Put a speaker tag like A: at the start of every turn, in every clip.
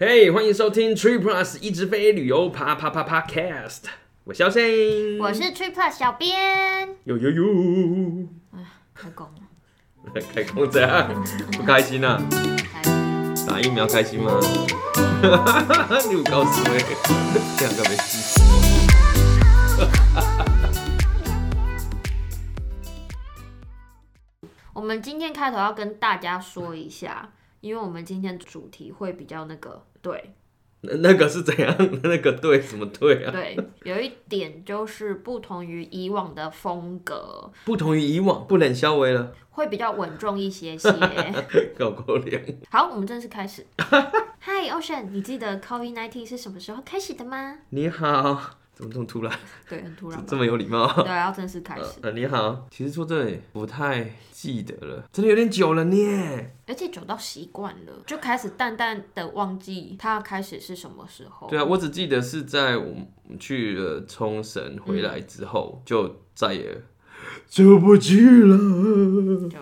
A: 嘿欢迎收听 Tree Plus 一直飞旅游啪啪啪 Podcast，我肖信，
B: 我是 Tree Plus 小编，
A: 呦呦呦，
B: 开工了，
A: 开工怎样？不开心啊？
B: 开工
A: 打疫苗开心吗？ 你有告诉我，这样个没事。
B: 我们今天开头要跟大家说一下，因为我们今天主题会比较那个，对
A: 那那个是怎样？那个对什么对啊？
B: 对，有一点就是不同于以往的风格，
A: 不同于以往，不冷消微了，
B: 会比较稳重一些些。
A: 搞够凉。
B: 好，我们正式开始。Hi Ocean，你记得 COVID 1 9是什么时候开始的吗？
A: 你好，怎么这么突然？
B: 对，很突然吧
A: 这么有礼貌。
B: 对，啊要正式开始，
A: 呃，你好，其实说真的不太记得了，真的有点久了呢。
B: 而且久到习惯了，就开始淡淡的忘记它开始是什么时候。
A: 对啊，我只记得是在我们去了冲绳
B: 嗯
A: 回来之后，就再也出不去了。
B: 对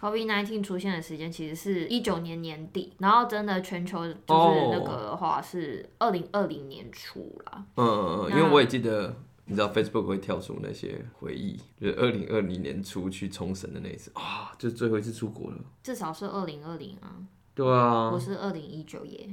B: ，COVID nineteen 出现的时间其实是一九年年底，然后真的全球就是
A: 哦
B: 那个的话是二零二零年初啦。
A: 嗯，因
B: 那
A: 为我也记得，你知道 Facebook 会跳出那些回忆，就是二零二零年初去冲绳的那一次啊，就最后一次出国了。
B: 至少是二零二零啊，
A: 对啊，
B: 我是二零一九耶，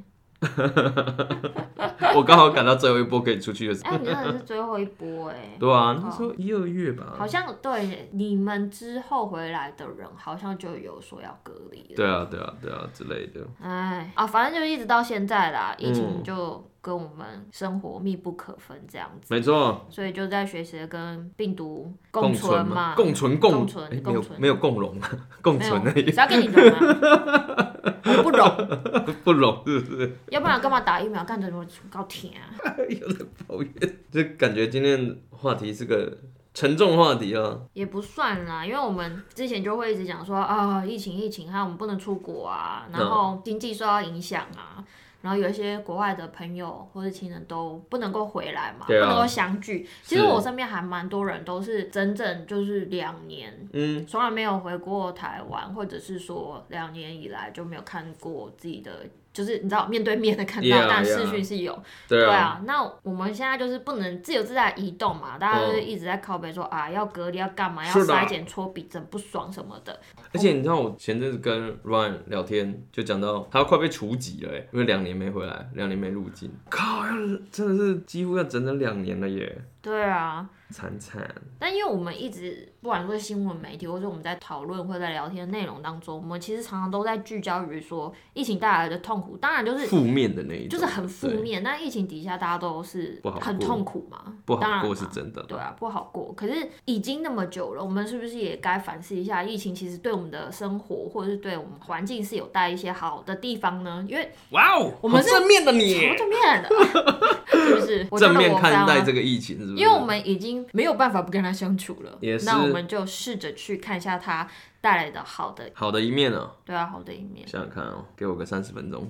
A: 我刚好赶到最后一波可以出去的时候。
B: 哎、你真的是最后一波哎，
A: 对啊，那时候一二月吧。
B: 好像对你们之后回来的人好像就有说要隔离了，
A: 对啊，对啊，对啊之类的。
B: 哎啊，反正就一直到现在啦，疫
A: 嗯
B: 情就跟我们生活密不可分这样子，
A: 没错，
B: 所以就在学习地跟病毒
A: 共
B: 存
A: 嘛，
B: 嘛，
A: 共存
B: 共
A: 共
B: 存
A: 哎没
B: 共
A: 有
B: 存
A: 没有共荣，啊共存而已，
B: 谁要跟你融啊？ 我不融，
A: 不容是不是？
B: 要不然干嘛打疫苗？干着我搞甜啊！
A: 有点抱怨，就感觉今天话题是个沉重话题啊。
B: 也不算啦，因为我们之前就会一直讲说啊，疫情疫情，还有我们不能出国啊，
A: 嗯
B: 然后经济受到影响啊，然后有一些国外的朋友或者亲人都不能够回来嘛，
A: 对啊
B: 不能够相聚。其实
A: 是
B: 我身边还蛮多人都是整整就是两年
A: 嗯，
B: 从来没有回过台湾，或者是说两年以来就没有看过自己的，就是你知道面对面的看到
A: Yeah,
B: 但视
A: yeah.
B: 讯是有。
A: 对
B: 对
A: 啊，
B: 啊，那我们现在就是不能自由自在地移动嘛，大家就是一直在靠背说、啊，要隔离要干嘛，要
A: 嗯是的
B: 筛检、搓鼻针，不爽什么的。
A: 而且你知道我前阵子跟 Ryan 聊天，就讲到他快被除籍了欸因为两年没回来，两年没入境，靠，要真的是几乎要整整两年了耶，
B: 对啊，
A: 惨惨。
B: 但因为我们一直不管说是新闻媒体，或者我们在讨论或在聊天的内容当中，我们其实常常都在聚焦于说疫情带来的痛苦，当然就是。
A: 负面的那一种，
B: 就是很负
A: 对，
B: 面，那疫情底下大家都是
A: 不好
B: 很
A: 过
B: 痛苦嘛，
A: 不
B: 当
A: 好
B: 然
A: 过
B: 嘛
A: 是真的。
B: 对啊，不好过。可是已经那么久了，我们是不是也该反思一下，疫情其实对我们的生活或者是对我们环境是有带一些好的地方呢？因为
A: 哇哦，
B: 我们
A: 好
B: 是
A: 正面的
B: 什么
A: 你，
B: 正面的， 是不 是？我觉得
A: 正面
B: 我非
A: 看
B: 常
A: 待这个疫情是不是？
B: 因为我们已经没有办法不跟他相处了
A: 也，是
B: 那我们就试着去看一下他带来的好的，
A: 好的一面啊，
B: 对啊，好的一面。
A: 想想看哦，给我个三十分钟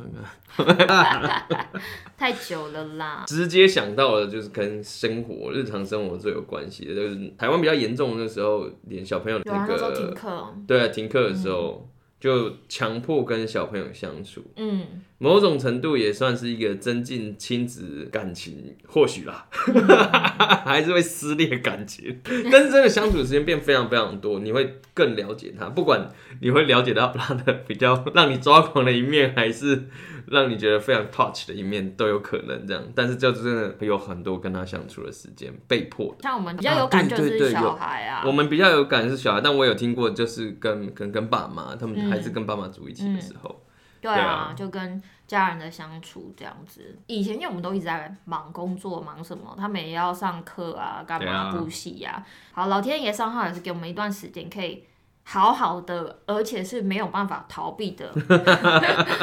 A: 看看。
B: 太久了啦，
A: 直接想到的就是跟生活、日常生活最有关系的，就是台湾比较严重的时候，连小朋友
B: 有啊，
A: 那
B: 那时候停
A: 个
B: 课，
A: 对啊停课的时候，就强迫跟小朋友相处，
B: 嗯，
A: 某种程度也算是一个增进亲子感情，或许啦，还是会撕裂感情，但是真的相处的时间变非常非常多，你会更了解他，不管你会了解到他的比较让你抓狂的一面，还是让你觉得非常 touch 的一面都有可能这样，但是就真的有很多跟他相处的时间被迫
B: 像我们比较有
A: 啊
B: 感
A: 对
B: 就
A: 对
B: 是
A: 对有
B: 小孩啊，
A: 我们比较有感是小孩，但我有听过，就是跟可能跟爸妈，他们还是跟爸妈住一起的时候，
B: 对
A: 对
B: 啊
A: 啊，
B: 就跟家人的相处这样子。以前因为我们都一直在忙工作，忙什么，他们也要上课啊，干
A: 对啊
B: 嘛补习呀。好，老天爷上号也是给我们一段时间可以。好好的，而且是没有办法逃避的，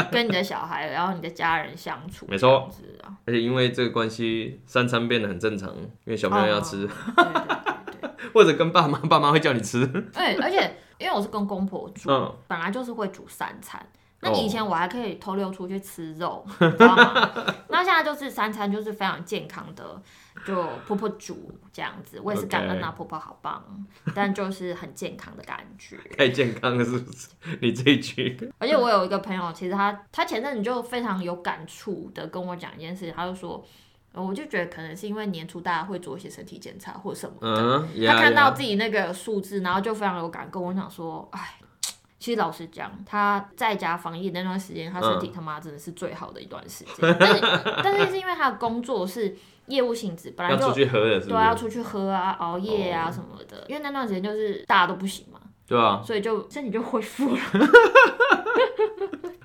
B: 跟你的小孩，然后你的家人相处，
A: 没错，
B: 子啊，
A: 而且因为这个关系，三餐变得很正常，因为小朋友要吃，
B: 对哎对对对
A: 或者跟爸妈，爸妈会叫你吃，
B: 对，而而且因为我是跟公婆住，
A: 嗯，
B: 本来就是会煮三餐。那以前我还可以偷溜出去吃肉， 你知道吗？那现在就是三餐就是非常健康的，就婆婆煮这样子。我也是感恩啊，婆婆好棒，但就是很健康的感觉。
A: 太健康了是不是？你这一句，
B: 而且我有一个朋友，其实他他前阵子就非常有感触的跟我讲一件事，他就说。呃我就觉得可能是因为年初大家会做一些身体检查或什么的，
A: 嗯，
B: 他看到
A: yeah, yeah
B: 自己那个数字，然后就非常有感，跟我讲说，哎。其实老实讲，他在家防疫那段时间，他身
A: 嗯
B: 体他妈真的是最好的一段时间。但是，但是是因为他的工作是业务性质，本来
A: 要
B: 就
A: 出去喝了是不
B: 对啊，要
A: 是？哦
B: 出去喝啊、熬夜啊什么的。因为那段时间就是大家都不行嘛，
A: 对啊，
B: 所以就身体就恢复了。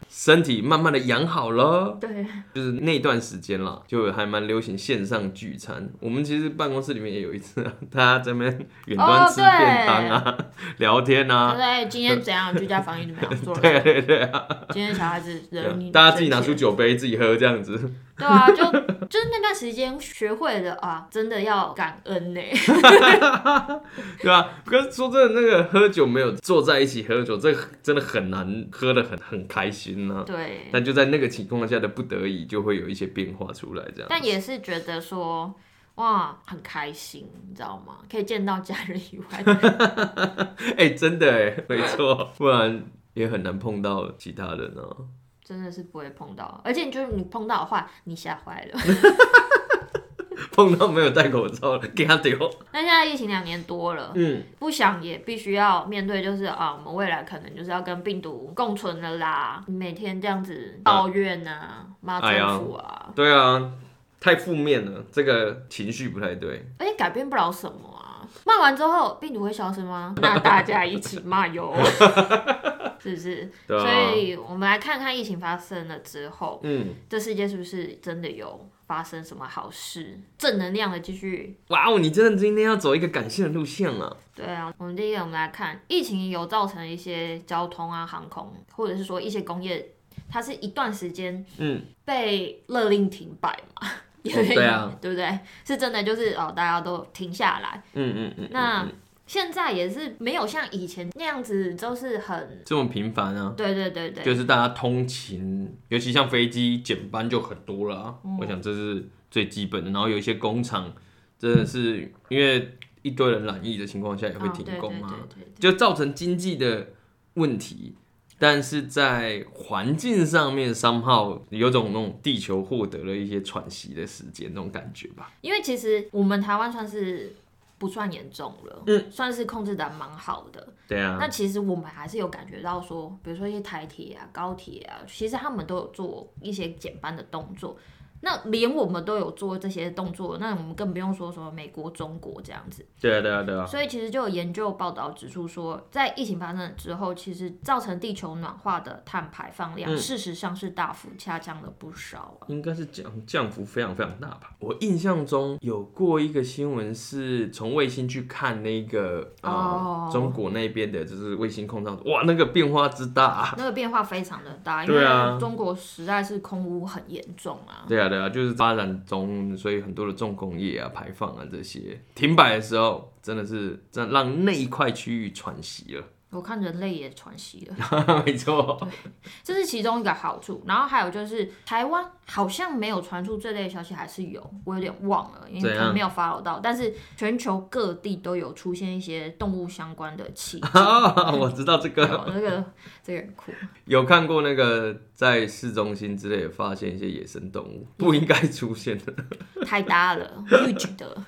A: 身体慢慢的养好了。
B: 对，
A: 就是那段时间啦，就还蛮流行线上聚餐。我们其实办公室里面也有一次、啊， 大家在那边远端吃
B: 哦对
A: 便当啊， 聊天
B: 他
A: 啊，
B: 说哎今天 怎样居家防疫怎么样做了？
A: 对对对啊，
B: 今天小孩子人
A: 大家自己拿
B: 真
A: 出
B: 闲
A: 酒杯自己喝这样子。
B: 对啊，就 就是那段时间学会了啊，真的要感恩呢、
A: 对啊，可是说真的，那个喝酒没有坐在一起喝酒，这真的很难喝的很很开心呢、
B: 对，
A: 但就在那个情况下的不得已，就会有一些变化出来，这样。
B: 但也是觉得说，哇，很开心，你知道吗？可以见到家人以外的人，
A: 哎、真的哎，没错，不然也很难碰到其他人啊。
B: 真的是不会碰到。而且你就是你碰到的话，你吓坏了。
A: 碰到没有戴口罩的，给他丢。
B: 那现在疫情两年多了，
A: 嗯，
B: 不想也必须要面对，就是啊，我们未来可能就是要跟病毒共存了啦。你每天这样子抱怨啊，骂
A: 哎呀
B: 政府啊，
A: 对啊，太负面了，这个情绪不太对。
B: 而且改变不了什么啊。骂完之后，病毒会消失吗？那大家一起骂 哟，是不是？
A: 对啊
B: 所以我们来看看疫情发生了之后，
A: 嗯，
B: 这世界是不是真的有发生什么好事？正能量的继续。
A: 哇哦，你真的今天要走一个感性的路线了、
B: 对啊，我们第一个我们来看，疫情有造成一些交通啊、航空，或者是说一些工业，它是一段时间
A: 嗯，
B: 被勒令停摆嘛，因为、
A: 对啊，
B: 对不对？是真的就是哦，大家都停下来。
A: 嗯嗯嗯，
B: 那现在也是没有像以前那样子，就是很
A: 这么频繁啊，
B: 对对对对，
A: 就是大家通勤，尤其像飞机减班就很多了、啊。
B: 嗯
A: 我想这是最基本的。然后有一些工厂真的是因为一堆人染疫的情况下也会
B: 嗯
A: 停
B: 对对
A: 工啊，
B: 对对
A: 就造成经济的问题，但是在环境上面，商号有种那种地球获得了一些喘息的时间那种感觉 吧。
B: 因为其实我们台湾算是不算严重了，嗯，算是控制的蛮好的。
A: 对啊，
B: 那其实我们还是有感觉到说，比如说一些台铁啊、高铁啊，其实他们都有做一些减班的动作。那连我们都有做这些动作，那我们更不用说什么美国、中国这样子。
A: 对啊，对啊，对啊，
B: 所以其实就有研究报道指出说，在疫情发生之后，其实造成地球暖化的碳排放量，事实上是大幅下降了不少啊。
A: 应该是降降幅非常非常大吧。我印象中有过一个新闻是从卫星去看那个呃、
B: 哦
A: 中国那边的，就是卫星控照，哇，那个变化之大、啊。
B: 那个变化非常的大，因
A: 对啊
B: 为中国实在是空污很严重啊。
A: 对啊，对啊，就是发展中，所以很多的重工业啊、排放啊这些停摆的时候，真的是让让那一块区域喘息
B: 我看人类也喘息了，
A: 了。 没错，
B: 这是其中一个好处。然后还有就是，台湾好像没有传出这类消息，还是有，我有点忘了，因为
A: 怎
B: 可
A: 样
B: 能没有 follow 到。但是全球各地都有出现一些动物相关的 奇迹，
A: 哦我知道这个
B: 有这个这个很酷。
A: 有看过那个在市中心之类的发现一些野生动物不应该出现的，
B: 太大了，我也觉得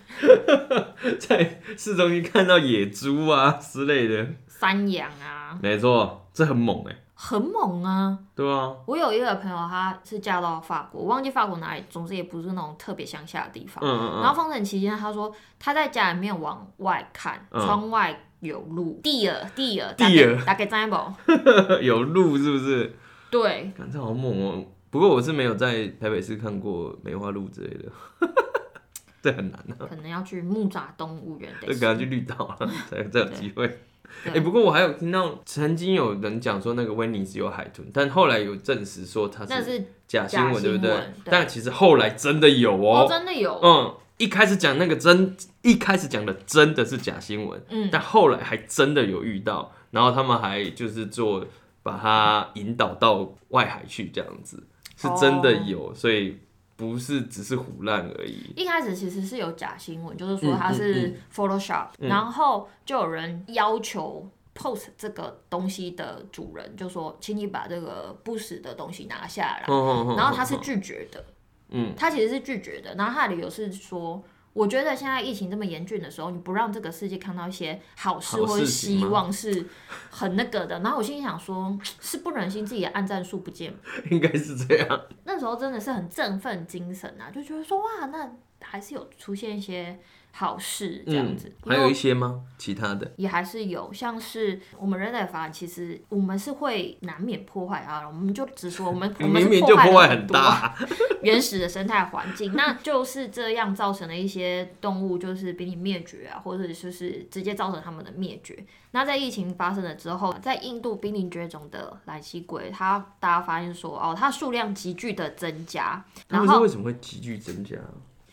A: 在市中心看到野猪啊之类的，
B: 山羊啊
A: 没错，这很猛哎、
B: 很猛啊。
A: 对啊，
B: 我有一个朋友，他是嫁到法国，我忘记法国哪里，总之也不是那种特别乡下的地方。
A: 嗯嗯
B: 然后封城期间，他说他在家里面往外看，
A: 嗯
B: 窗外有路，地儿地儿
A: 地儿
B: 大概在不？
A: 嗯，有鹿是不是？
B: 对，
A: 感觉好猛哦、不过我是没有在台北市看过梅花鹿之类的， 这很难。
B: 可能要去木栅动物园
A: 就
B: 得
A: 给他去绿岛了，才有才有机会。哎、
B: 对啊
A: 不过我还有听到曾经有人讲说那个威尼斯有海豚，但后来有证实说它
B: 那
A: 是
B: 是
A: 假新
B: 假
A: 闻，
B: 新
A: 对不对
B: 闻对？
A: 但其实后来真的有哦，
B: 哦，真的有，
A: 嗯，一开始讲那个真，一开始讲的真的是假新闻，
B: 嗯，
A: 但后来还真的有遇到，然后他们还就是做把他引导到外海去，这样子是真的
B: 哦
A: 有，所以不是只是胡乱而已。
B: 一开始其实是有假新闻，就是说它
A: 嗯
B: 是 Photoshop，、然后就有人要求 post 这个东西的主人，就说请你把这个不实的东西拿下来。然
A: 然
B: 后他是拒绝的，
A: 嗯，
B: 他其实是拒绝的。然后他的理由是说，我觉得现在疫情这么严峻的时候，你不让这个世界看到一些好事
A: 好
B: 或者
A: 事情
B: 希
A: 吗
B: 望是很那个的。然后我心里想说，是不忍心自己的暗战数不见吗
A: 应该是这样，
B: 那时候真的是很振奋精神啊，就觉得说哇，那还是有出现一些好事这样子，
A: 嗯还
B: 因
A: 有
B: 为
A: 一些吗？其他的，
B: 也还是有，像是我们人类法，其实我们是会难免破坏啊，我们就只说我们我们
A: 明明
B: 是
A: 就破
B: 破
A: 坏
B: 坏
A: 很
B: 多啊
A: 大，
B: 原始的生态环 境，那就是这样造成了一些动物就是濒临灭绝啊，或者就是直接造成它们的灭绝。那在疫情发生了之后，在印度濒临绝种的蓝蜥龟，它大家发现说哦，它数量急剧的增加，
A: 他
B: 然
A: 们是
B: 后
A: 为什么会急剧增加？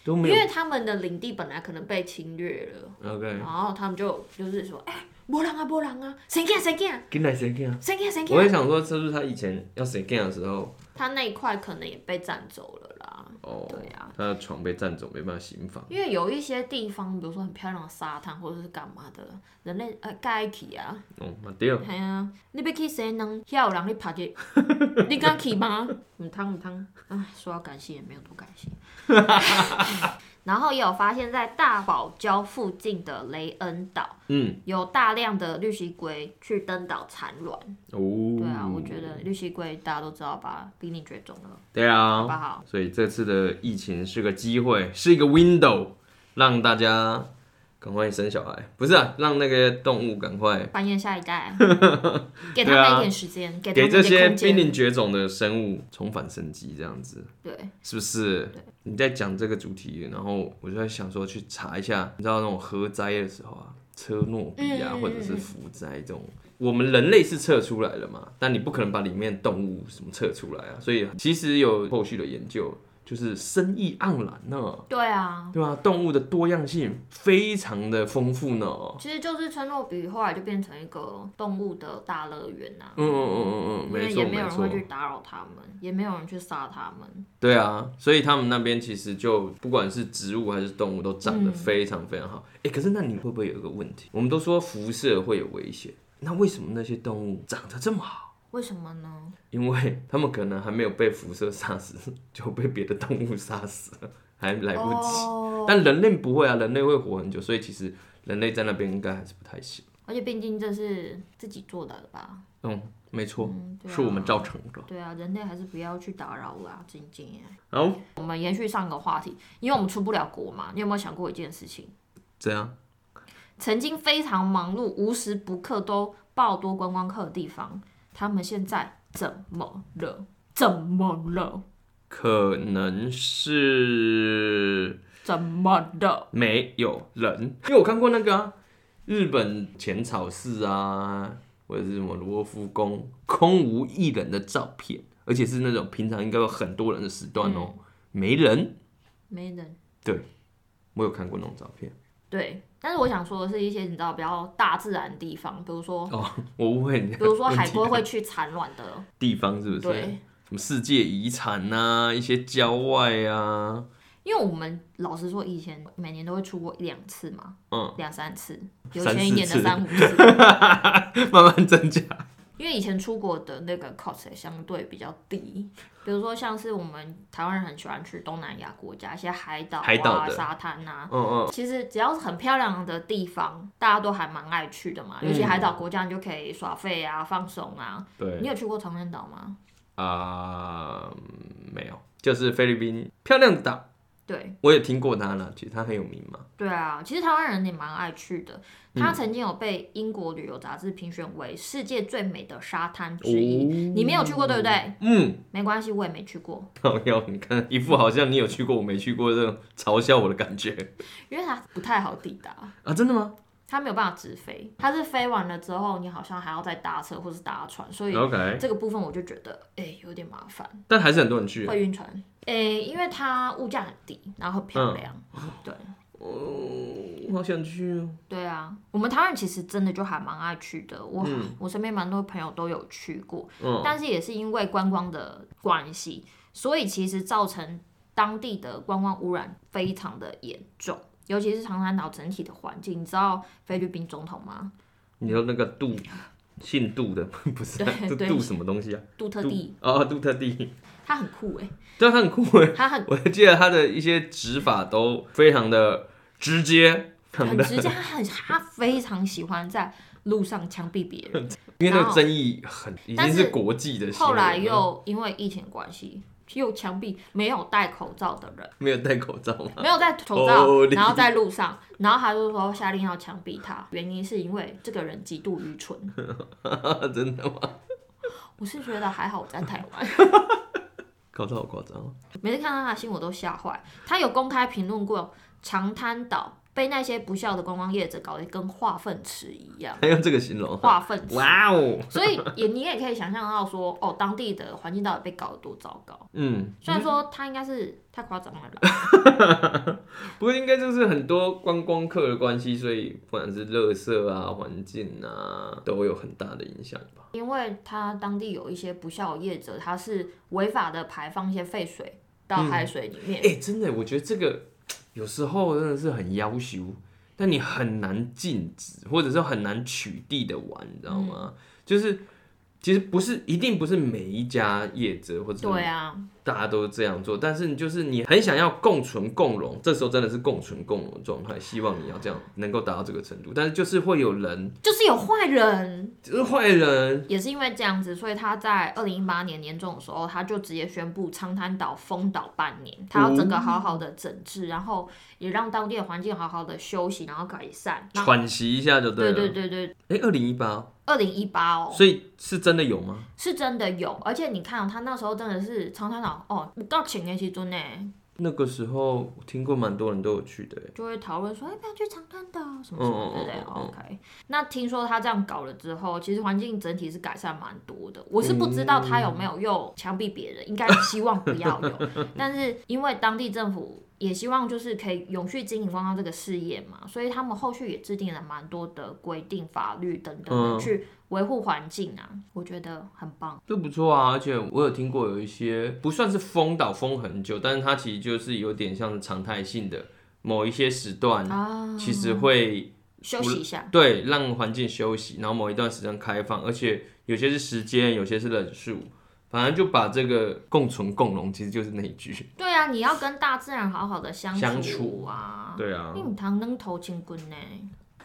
A: 都
B: 因
A: 没有
B: 为它们的领地本来可能被侵略了，
A: OK，
B: 然后他们就就是说，哎、波浪啊波浪啊，谁干谁干
A: 进来谁干？
B: 谁干谁
A: 我也
B: 干，
A: 想说，是不是他以前要谁干的时候，
B: 它那一块可能也被占走了啦。
A: 哦，
B: 对啊
A: 他的床被占走，没办法行房。
B: 因为有一些地方，比如说很漂亮的沙滩或者是干嘛的，人类呃盖起啊，
A: 哦，嘛对哦，
B: 系啊，你要去谁能？遐有人你拍去， 你敢去吗？唔通唔通，唉，说要感谢也没有多感谢。 然后也有发现，在大堡礁附近的雷恩岛，
A: 嗯，
B: 有大量的绿蜥龟去登岛产卵。
A: 哦，
B: 对啊，我觉得绿蜥龟大家都知道吧，濒临绝种了，
A: 对啊，
B: 好不好？
A: 所以这次的疫情是个机会，是一个 window，让大家赶快生小孩，不是啊，让那个动物赶快
B: 繁衍下 一代，给他
A: 对啊
B: 们一点时间，给
A: 啊给
B: 他们
A: 这
B: 一点
A: 些
B: 空
A: 濒
B: 间。
A: 临绝种的生物重返生机，这样子
B: 对。
A: 是不是？你在讲这个主题，然后我就在想说去查一下，你知道那种核灾的时候啊，车诺比啊，
B: 嗯嗯嗯
A: 或者是福灾这种。我们人类是测出来了嘛，但你不可能把里面动物什么测出来啊，所以其实有后续的研究，就是生意盎然呢、
B: 对啊，
A: 对吧、动物的多样性非常的丰富呢。
B: 其实就是川诺比后来就变成一个动物的大乐园呐、
A: 嗯嗯嗯嗯嗯，
B: 因
A: 没
B: 为
A: 错
B: 也没有
A: 没
B: 人会
A: 错
B: 去，打扰它们，也没有人去杀它们。
A: 对啊，所以他们那边其实就不管是植物还是动物都长
B: 嗯
A: 得非常非常好。哎、可是那你会不会有一个问题？我们都说辐射会有危险，那为什么那些动物长得这么好？
B: 为什么呢？
A: 因为他们可能还没有被辐射杀死， 就被别的动物杀死了，还来不及。
B: 哦，
A: 但人类不会啊，人类会活很久，所以其实人类在那边应该还是不太行。
B: 而且毕竟这是自己做的吧？
A: 嗯，没错，
B: 嗯对啊
A: 是我们造成的。
B: 对啊，人类还是不要去打扰啦，静静哎。
A: 好，
B: 我们延续上个话题，因为我们出不了国嘛，你有没有想过一件事情？
A: 这样
B: 曾经非常忙碌、无时不刻都爆多观光客的地方，他们现在怎么了？怎么了？
A: 可能是
B: 怎么了？
A: 没有人， 因为我看过那个啊、日本浅草寺啊，或者是什么罗浮宫，空无一人的照片，而且是那种平常应该有很多人的时段哦，
B: 嗯
A: 没人。
B: 没人。
A: 我有看过那种照片，
B: 对，但是我想说的是一些你知道比较大自然的地方，比如
A: 哦
B: 说，
A: 我误会你。
B: 比如说海龟会去产卵 的，
A: 地方是不是？
B: 对，
A: 什么世界遗产啊，一些郊外啊，
B: 因为我们老实说，以前每年都会出过一两次嘛，
A: 嗯，
B: 两三次，有
A: 三
B: 钱一
A: 四次
B: 点的三五次，
A: 慢慢增加。
B: 因为以前出国的那个 cost 也相对比较低，比如说像是我们台湾人很喜欢去东南亚国家，一些海岛
A: 海岛
B: 啊、
A: 的
B: 沙滩啊，
A: 嗯嗯，
B: 其实只要是很漂亮的地方，大家都还蛮爱去的嘛，
A: 嗯
B: 尤其海岛国家，你就可以耍废啊、放松啊。
A: 对。
B: 你有去过长滩岛吗？
A: 啊、没有，就是菲律宾漂亮的岛，
B: 对，
A: 我也听过它了，其实它很有名嘛。
B: 对啊，其实台湾人也蛮爱去的。
A: 嗯
B: 他曾经有被英国旅游杂志评选为世界最美的沙滩之一。
A: 哦
B: 你没有去过对不对？
A: 嗯，
B: 没关系，我也没去过，
A: 朋友，哦你看一副好像你有去过，我没去过这种嘲笑我的感觉
B: 因为它不太好抵达，
A: 啊！真的吗
B: 它没有办法直飞。它是飞完了之后，你好像还要再搭车或是搭船，所以
A: ？OK，
B: 这个部分我就觉得，哎、有点麻烦。
A: 但还是很多人去啊。
B: 会晕船。
A: 嗯
B: 诶、因为它物价很低，然后很漂亮。对，
A: 哦，我好想去哦。
B: 对啊，我们台湾人其实真的就还蛮爱去的，我、我身边蛮多朋友都有去过，
A: 嗯
B: 但是也是因为观光的关系，所以其实造成当地的观光污染非常的严重，尤其是长滩岛整体的环境。你知道菲律宾总统吗？
A: 你说那个杜，姓杜的 不是、啊？
B: 对
A: 这
B: 对
A: 杜什么东西啊？
B: 杜特
A: 杜
B: 地，
A: 哦，杜特地，
B: 他很酷哎、
A: 对，他很酷 哎。
B: 他很
A: 我记得他的一些指法都非常的直接，
B: 很直接，他很他非常喜欢在路上枪毙别人。
A: 因为那个争议很已
B: 但
A: 经
B: 是
A: 是国际的新闻了。
B: 后来又因为疫情的关系，又枪毙没有戴口罩的人。
A: 没有戴口罩吗？
B: 没有戴口罩
A: Holy
B: 然后在路上，然后他就说下令要枪毙他，原因是因为这个人极度愚蠢。
A: 真的吗？
B: 我是觉得还好我在台湾，
A: 口罩好夸张哦。
B: 每次看到他的新闻我都吓坏。他有公开评论过长滩岛被那些不孝的观光业者搞得跟化粪池一样，
A: 还用这个形容？
B: 化粪 池。
A: 哇哦，
B: 所以也你也可以想象到说，哦，当地的环境到底被搞得多糟糕。
A: 嗯，
B: 虽然说他应该是太夸张了啦，
A: 不过应该就是很多观光客的关系，所以不管是垃圾啊、环境啊，都有很大的影响吧。
B: 因为他当地有一些不孝业者，他是违法的排放一些废水到海水里面。
A: 哎、真的，我觉得这个有时候真的是很要求，但你很难禁止，或者是很难取缔的玩，你知道吗？就是其实不是一定不是每一家业者或者
B: 对啊，
A: 大家都这样做，但是你就是你很想要共存共荣，这时候真的是共存共荣的状态，希望你要这样能够达到这个程度，但是就是会有人
B: 就是有坏人，
A: 就是坏人，
B: 也是因为这样子，所以他在二零一八年年中的时候，他就直接宣布长滩岛封岛半年，他要整个好好的整治，然后也让当地的环境好好的休息，然后改 善。那
A: 喘息一下就
B: 对
A: 了。
B: 对对对，
A: 哎，二零一八，
B: 二零一八哦，
A: 所以是真的有吗？
B: 是真的有，而且你看、哦、他那时候真的是长滩岛哦，到请那些尊呢，
A: 那个时候我听过蛮多人都有去的，
B: 就会讨论说，哎、不要去长滩岛什么
A: 嗯
B: 什么之类的。
A: 嗯嗯
B: OK，那听说他这样搞了之后，其实环境整体是改善蛮多的。我是不知道他有没有又枪毙别 人，应该希望不要有。但是因为当地政府也希望就是可以永续经营观光这个事业嘛，所以他们后续也制定了蛮多的规定、法律等等的、
A: 嗯
B: 去维护环境啊，我觉得很棒。
A: 都不错啊。而且我有听过有一些不算是封岛封很久，但是它其实就是有点像常态性的某一些时段，
B: 啊，
A: 其实会
B: 休息一下，
A: 对，让环境休息，然后某一段时间开放，而且有些是时间，有些是人数，反正就把这个共存共荣，其实就是那一句。
B: 对啊，你要跟大自然好好的相
A: 相
B: 处
A: 处
B: 啊。
A: 对啊
B: 你，唔通扔头前滚呢？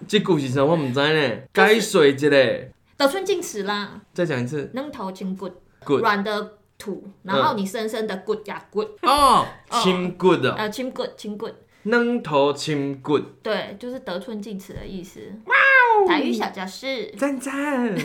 A: 这故事上我们知道呢，该水之嘞，
B: 得寸进尺啦，
A: 再讲一次
B: 扔头前滚，
A: ，good
B: 软的土，然后你深深的滚呀滚，
A: 哦，
B: 哦
A: 亲 good 哦，
B: 呃，轻滚轻滚，
A: 软头亲 good，
B: 对，就是得寸进尺的意思。哇哦，台语小教室，
A: 赞 赞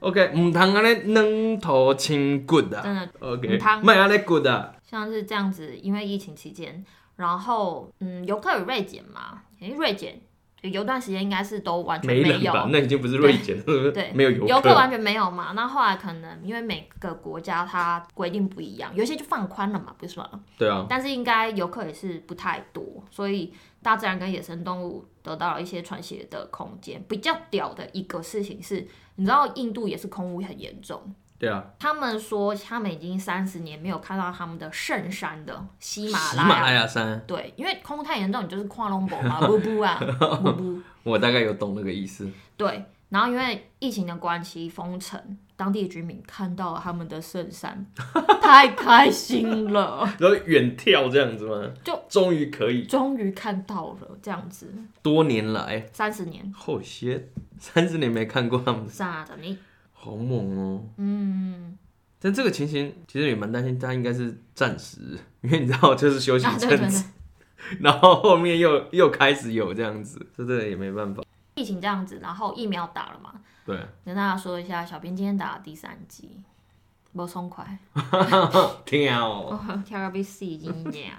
A: ，OK，唔通安尼软头亲 good 啊
B: 真的
A: ，OK，
B: 嗯唔通
A: 卖安尼 good 啊，
B: 像是这样子，因为疫情期间，然后嗯，游客有锐减嘛，诶，锐减有段时间应该是都完全
A: 没人
B: 有，
A: 吧？那已经不是瑞姐，是不
B: 对
A: 是？， 没有
B: 游
A: 游
B: 客
A: 客，
B: 完全没有嘛。那后来可能因为每个国家它规定不一样，有些就放宽了嘛，不是吗？
A: 对啊，
B: 但是应该游客也是不太多，所以大自然跟野生动物得到了一些喘息的空间。比较屌的一个事情是，你知道印度也是空污很严重，
A: 对啊，
B: 他们说他们已经三十年没有看到他们的圣山的喜马
A: 喜
B: 拉
A: 马
B: 雅。
A: 拉雅山。
B: 对，因为空太严重，你就是跨龙博 嘛，不不啊，不不。
A: 我大概有懂那个意思。
B: 对，然后因为疫情的关系封城，当地居民看到了他们的圣 山，太开心了，
A: 然后远眺这样子吗？
B: 就
A: 终于可以，
B: 终于看到了这样子，
A: 多年来
B: 三十年。
A: 后些三十年没看过他们，
B: 傻的啊你，
A: 好猛哦！
B: 嗯，
A: 但这个情形其实也蛮担心，他应该是暂时，因为你知道就是休息
B: 啊
A: 一
B: 对对
A: 阵
B: 对
A: 子，，然后后面又又开始有这样子，这真的也没办法。
B: 疫情这样子，然后疫苗打了嘛，
A: 对，
B: 跟大家说一下，小编今天打了第三剂，不松快，
A: 听哦，
B: 哦，跳个被死已经年。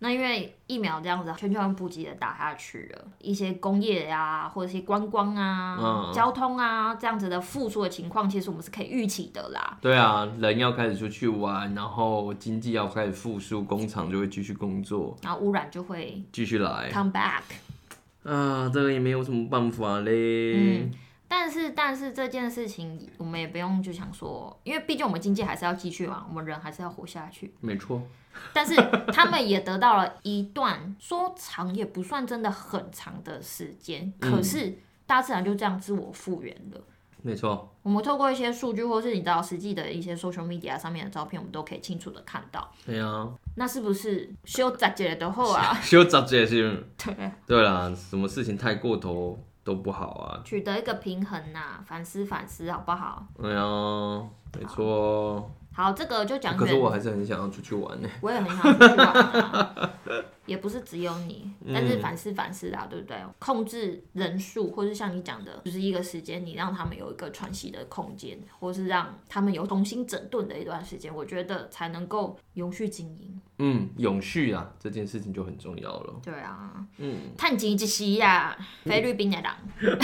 B: 那因为疫苗这样子，全球很普及的打下去了，一些工业呀、或者一些观光啊、
A: 嗯
B: 交通啊这样子的复苏的情况，其实我们是可以预期的啦。
A: 对啊，人要开始出去玩，然后经济要开始复苏，工厂就会继续工作，
B: 然后污染就会
A: 继续来。
B: come back，
A: 啊，这个也没有什么办法嘞。
B: 嗯但是，但是这件事情我们也不用就想说，因为毕竟我们经济还是要继续嘛，我们人还是要活下去。
A: 没错，
B: 但是他们也得到了一段说长也不算真的很长的时间，
A: 嗯
B: 可是大自然就这样自我复原了。
A: 没错，
B: 我们透过一些数据，或是你知道实际的一些 social media 上面的照片，我们都可以清楚的看到。
A: 对啊，
B: 那是不是修杂姐的后啊？
A: 修杂这也是。
B: 对，
A: 对啦，什么事情太过头都不好啊。
B: 取得一个平衡呐、反思反思好不好？
A: 哎呀，没错哦。
B: 好，这个就讲
A: 可是
B: 远
A: 我还是很想要出去玩呢。
B: 我也很想出去玩啊，也不是只有你，但是反思反思啦，对不对？控制人数，或是像你讲的，就是一个时间，你让他们有一个喘息的空间，或是让他们有重新整顿的一段时间，我觉得才能够永续经营。
A: 嗯，永续啊，这件事情就很重要了。
B: 对啊，
A: 嗯，
B: 探及之息呀，菲律宾的人，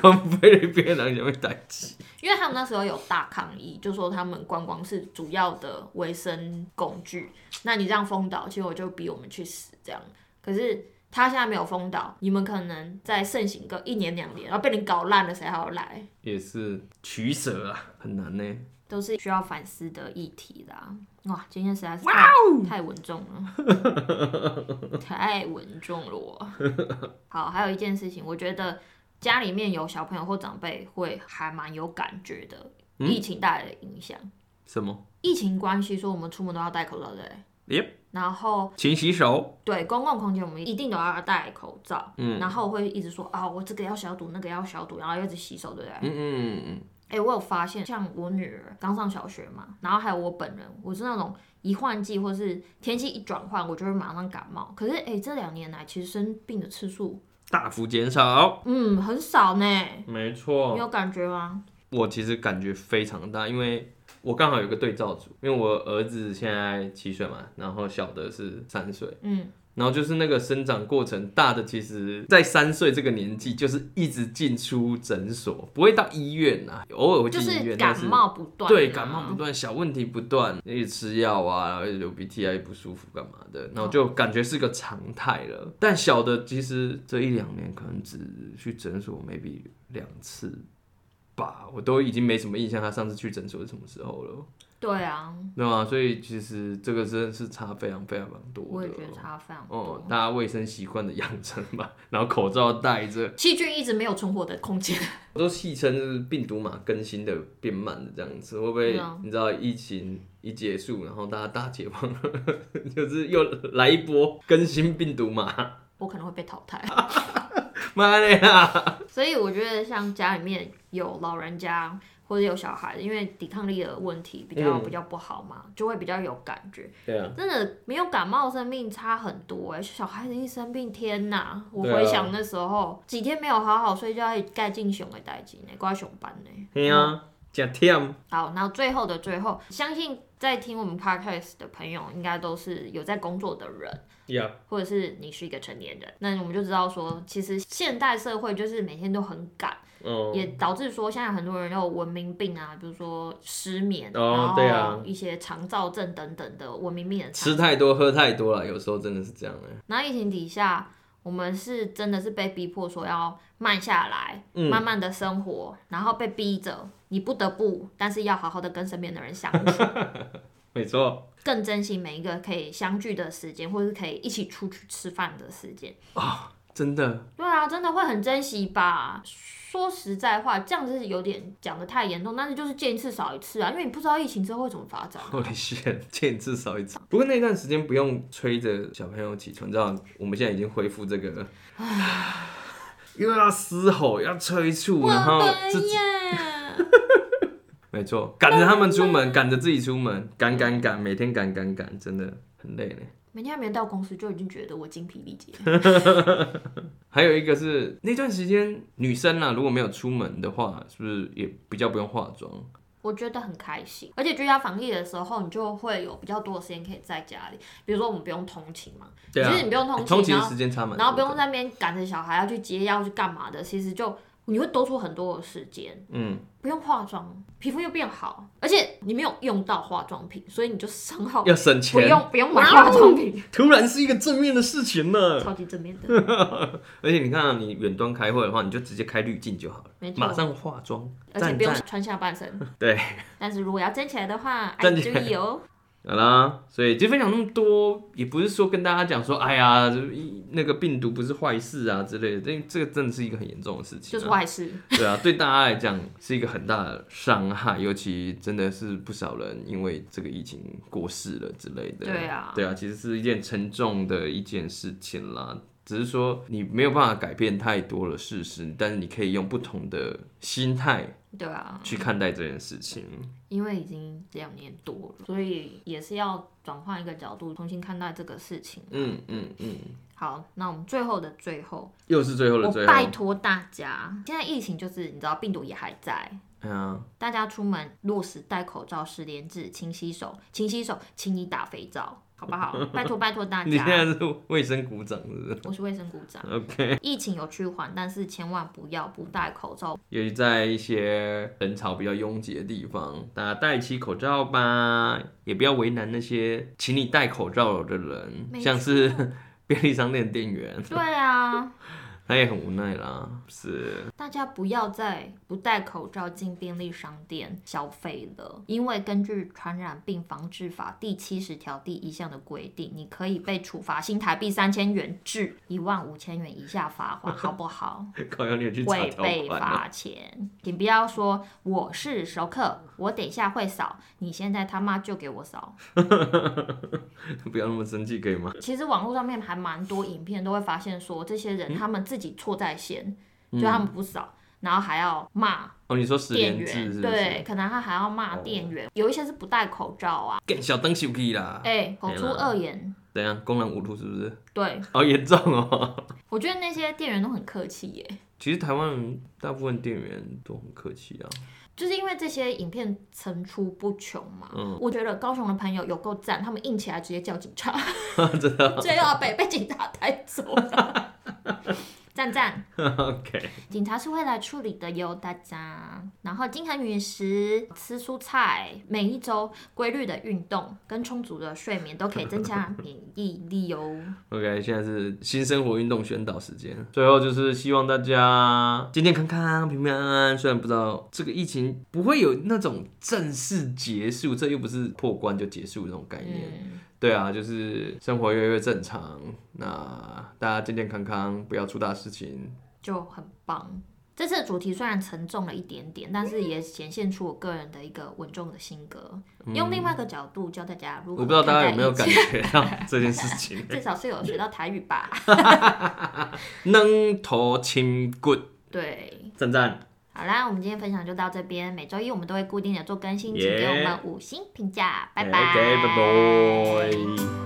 A: 光菲律宾人想被打击。
B: 因为他们那时候有大抗议，就说他们观光是主要的维生工具，那你这样封岛，结果就逼我们去死这样。可是他现在没有封岛，你们可能再盛行个一年两年，然后被你搞烂了，谁还要来？
A: 也是取舍啊，很难呢。
B: 都是需要反思的议题啦。哇，今天实在是太太稳重了，太稳重了我。好，还有一件事情，我觉得家里面有小朋友或长辈会还蛮有感觉的，疫情带来的影响。
A: 什么？
B: 疫情关系，所以我们出门都要戴口罩，对不对？
A: 耶、
B: 然后
A: 勤洗手。
B: 对公共空间，我们一定都要戴口罩。
A: 嗯
B: 然后我会一直说啊，我这个要消毒，那个要消毒，然后又一直洗手，对不
A: 嗯
B: 对？
A: 嗯嗯
B: 哎、我有发现，像我女儿刚上小学嘛，然后还有我本人，我是那种一换季或是天气一转换，我就会马上感冒。可是哎、这两年来其实生病的次数，
A: 大幅减少。
B: 嗯，很少呢。
A: 没
B: 你
A: 错，
B: 有感觉吗？
A: 我其实感觉非常大，因为我刚好有个对照组，因为我儿子现在七岁嘛，然后小的是三岁。
B: 嗯，
A: 然后就是那个生长过程，大的其实在三岁这个年纪，就是一直进出诊所，不会到医院啊，偶尔会
B: 就
A: 进医
B: 是
A: 院，但
B: 感
A: 是
B: 冒不断、
A: 对感冒不。断，小问题不断，一直吃药啊，然后一直流鼻涕啊，也不舒服干嘛的，然后
B: 嗯
A: 就感觉是个常态了。但小的其实这一两年可能只去诊所 maybe 两次吧，我都已经没什么印象，他上次去诊所是什么时候了，
B: 对啊，
A: 对吗？所以其实这个真的是差非常非常多的。
B: 我也觉得差非常多。
A: 哦，大家卫生习惯的养成吧，然后口罩戴着，
B: 细菌一直没有存活的空间。
A: 我都戏称就是病毒嘛更新的变慢的这样子，会不会
B: 对啊
A: 你知道疫情一结束，然后大家大解放， 就是又来一波更新病毒嘛，
B: 我可能会被淘汰，
A: 妈的呀！
B: 所以我觉得像家里面有老人家或者有小孩，因为抵抗力的问题比较、
A: 嗯
B: 比较不好嘛，就会比较有感觉。
A: 对啊，
B: 真的没有感冒生病差很多哎、小孩子一生病，天哪！我
A: 对啊
B: 回想那时候、几天没有好好睡觉，盖进熊的代金呢，欸挂熊班呢。
A: 嘿啊，真忝，
B: 好，然后最后的最后，相信在听我们 podcast 的朋友，应该都是有在工作的人。
A: 呀，
B: 或者是你是一个成年人，那我们就知道说，其实现代社会就是每天都很赶，
A: 哦，
B: 也导致说现在很多人有文明病啊，比如说失眠，
A: 哦对
B: 然
A: 啊
B: 后一些肠燥症等等的文明病的常
A: 吃太多喝太多了，有时候真的是这样哎的。
B: 然后疫情底下，我们是真的是被逼迫说要慢下来，
A: 嗯
B: 慢慢的生活，然后被逼着你不得不，但是要好好的跟身边的人相 处，
A: 没错
B: 更珍惜每一个可以相聚的时间，或是可以一起出去吃饭的时间。
A: 啊，真的，
B: 对啊，真的会很珍惜吧。说实在话，这样子有点讲的太严重，但是就是见一次少一次啊，因为你不知道疫情之后会怎么发展。
A: 我的天，见一次少一次。不过那段时间不用催着小朋友起床，你知道我们现在已经恢复这个，又要嘶吼，要催促，
B: 我
A: 然后自
B: 们
A: 己
B: 耶，
A: 没错，赶着他们出门，赶着自己出门，赶赶赶，每天赶赶赶，真的很累呢。
B: 每天还没到公司就已经觉得我精疲力竭。
A: 还有一个是那段时间女生啊，如果没有出门的话，是不是也比较不用化妆？
B: 我觉得很开心，而且居家防疫的时候，你就会有比较多的时间可以在家里，比如说我们不用通勤嘛，
A: 对啊
B: 其实你不用
A: 欸
B: 通
A: 通勤
B: 勤，然
A: 的
B: 后
A: 时间差蛮多的，
B: 然后不用在那边赶着小孩要去接要去干嘛的，其实就你会多出很多的时间，
A: 嗯，
B: 不用化妆，皮肤又变好，而且你没有用到化妆品，所以你就省好
A: 要省
B: 不
A: 钱，
B: 用不用买化妆品，
A: 突然是一个正面的事情呢。
B: 超级正面的，
A: 而且你看、啊，你远端开会的话，你就直接开滤镜就好了，
B: 没错
A: 马上化妆，
B: 而且
A: 赞
B: 不用
A: 赞。
B: 穿下半身。
A: 对，
B: 但是如果要站起来的话，哎，
A: 站起
B: 注
A: 来
B: 意哦。
A: 好啦，所以就分享那么多，也不是说跟大家讲说，哎呀，这一那个病毒不是坏事啊之类的，这这个真的是一个很严重的事情、
B: 就
A: 啊，
B: 是坏事，
A: 对啊，对大家来讲是一个很大的伤害，尤其真的是不少人因为这个疫情过世了之类的。
B: 对啊
A: 对啊，其实是一件沉重的一件事情啦。只是说你没有办法改变太多的事实，但是你可以用不同的心态
B: 对啊，
A: 去看待这件事情。
B: 因为已经两年多了，所以也是要转换一个角度，重新看待这个事情。
A: 嗯嗯嗯，
B: 好，那我们最后的最后，
A: 又是最后的
B: 我
A: 最后。
B: 拜托大家，现在疫情就是你知道病毒也还在，
A: 哎呀，
B: 大家出门落实戴口罩、十连制、勤洗手、勤洗手，请你打肥皂，好不好？拜托拜托大
A: 你现在
B: 家，
A: 是卫生鼓掌是不是
B: 我是卫生股长。
A: ？OK，
B: 疫情有趋缓，但是千万不要不戴口罩。
A: 由于在一些人潮比较拥挤的地方，大家戴起口罩吧，也不要为难那些请你戴口罩的人，
B: 没
A: 像是 便利商店店员，
B: 对啊，
A: 他也很无奈啦。是，
B: 大家不要再不戴口罩进便利商店消费了，因为根据《传染病防治法》第七十条第一项的规定，你可以被处罚新台币三千元至一万五千元以下罚款，好不 好？
A: 高阳你有去查
B: 会
A: 条
B: 被
A: 款啊？
B: 罚钱。请不要说我是熟客，我等一下会扫，你现在他妈就给我扫。
A: 不要那么生气，可以吗？
B: 其实网络上面还蛮多影片都会发现说，这些
A: 嗯
B: 人他们自己错在先，就他们不扫，然后还要骂
A: 哦，你说十
B: 店
A: 连制是
B: 员，
A: 不是？哦
B: 对，，可能他还要骂店员，有一些是不戴口罩啊，
A: 更小灯手机啦。
B: 哎，口出
A: 天啊
B: 恶言。
A: 怎样？公然侮辱是不是？
B: 对，
A: 好严重哦。
B: 我觉得那些店员都很客气耶，
A: 其实台湾人大部分店员都很客气啊。
B: 就是因为这些影片层出不穷嘛。
A: 嗯
B: 我觉得高雄的朋友有够赞，他们硬起来直接叫警察，
A: 真的
B: 最后被被警察带走了。 赞赞，
A: ，OK，
B: 警察是会来处理的哟，大家。然后均衡饮食、吃蔬菜，每一周规律的运动跟充足的睡眠都可以增加免疫力哦。
A: OK，现在是新生活运动宣导时间。最后就是希望大家健健康康、平平安安。虽然不知道这个疫情不会有那种正式结束，这又不是破关就结束的那种概念。
B: 嗯，
A: 对啊，就是生活越来越正常。那大家健健康康，不要出大事情。
B: 就很棒。这次的主题虽然沉重了一点点，但是也显现出我个人的一个稳重的性格，用另外一个角度教大家如
A: 嗯我
B: 何
A: 不知道大家有没有感
B: 看待疫
A: 觉到这件事 情，
B: 情，至少是有学到台语吧？
A: 能头轻骨，
B: 对。
A: 赞赞，
B: 好啦，我们今天分享就到这边。每周一我们都会固定的做更新，请给我们五星评价，拜拜。
A: OK，拜拜。
B: 哦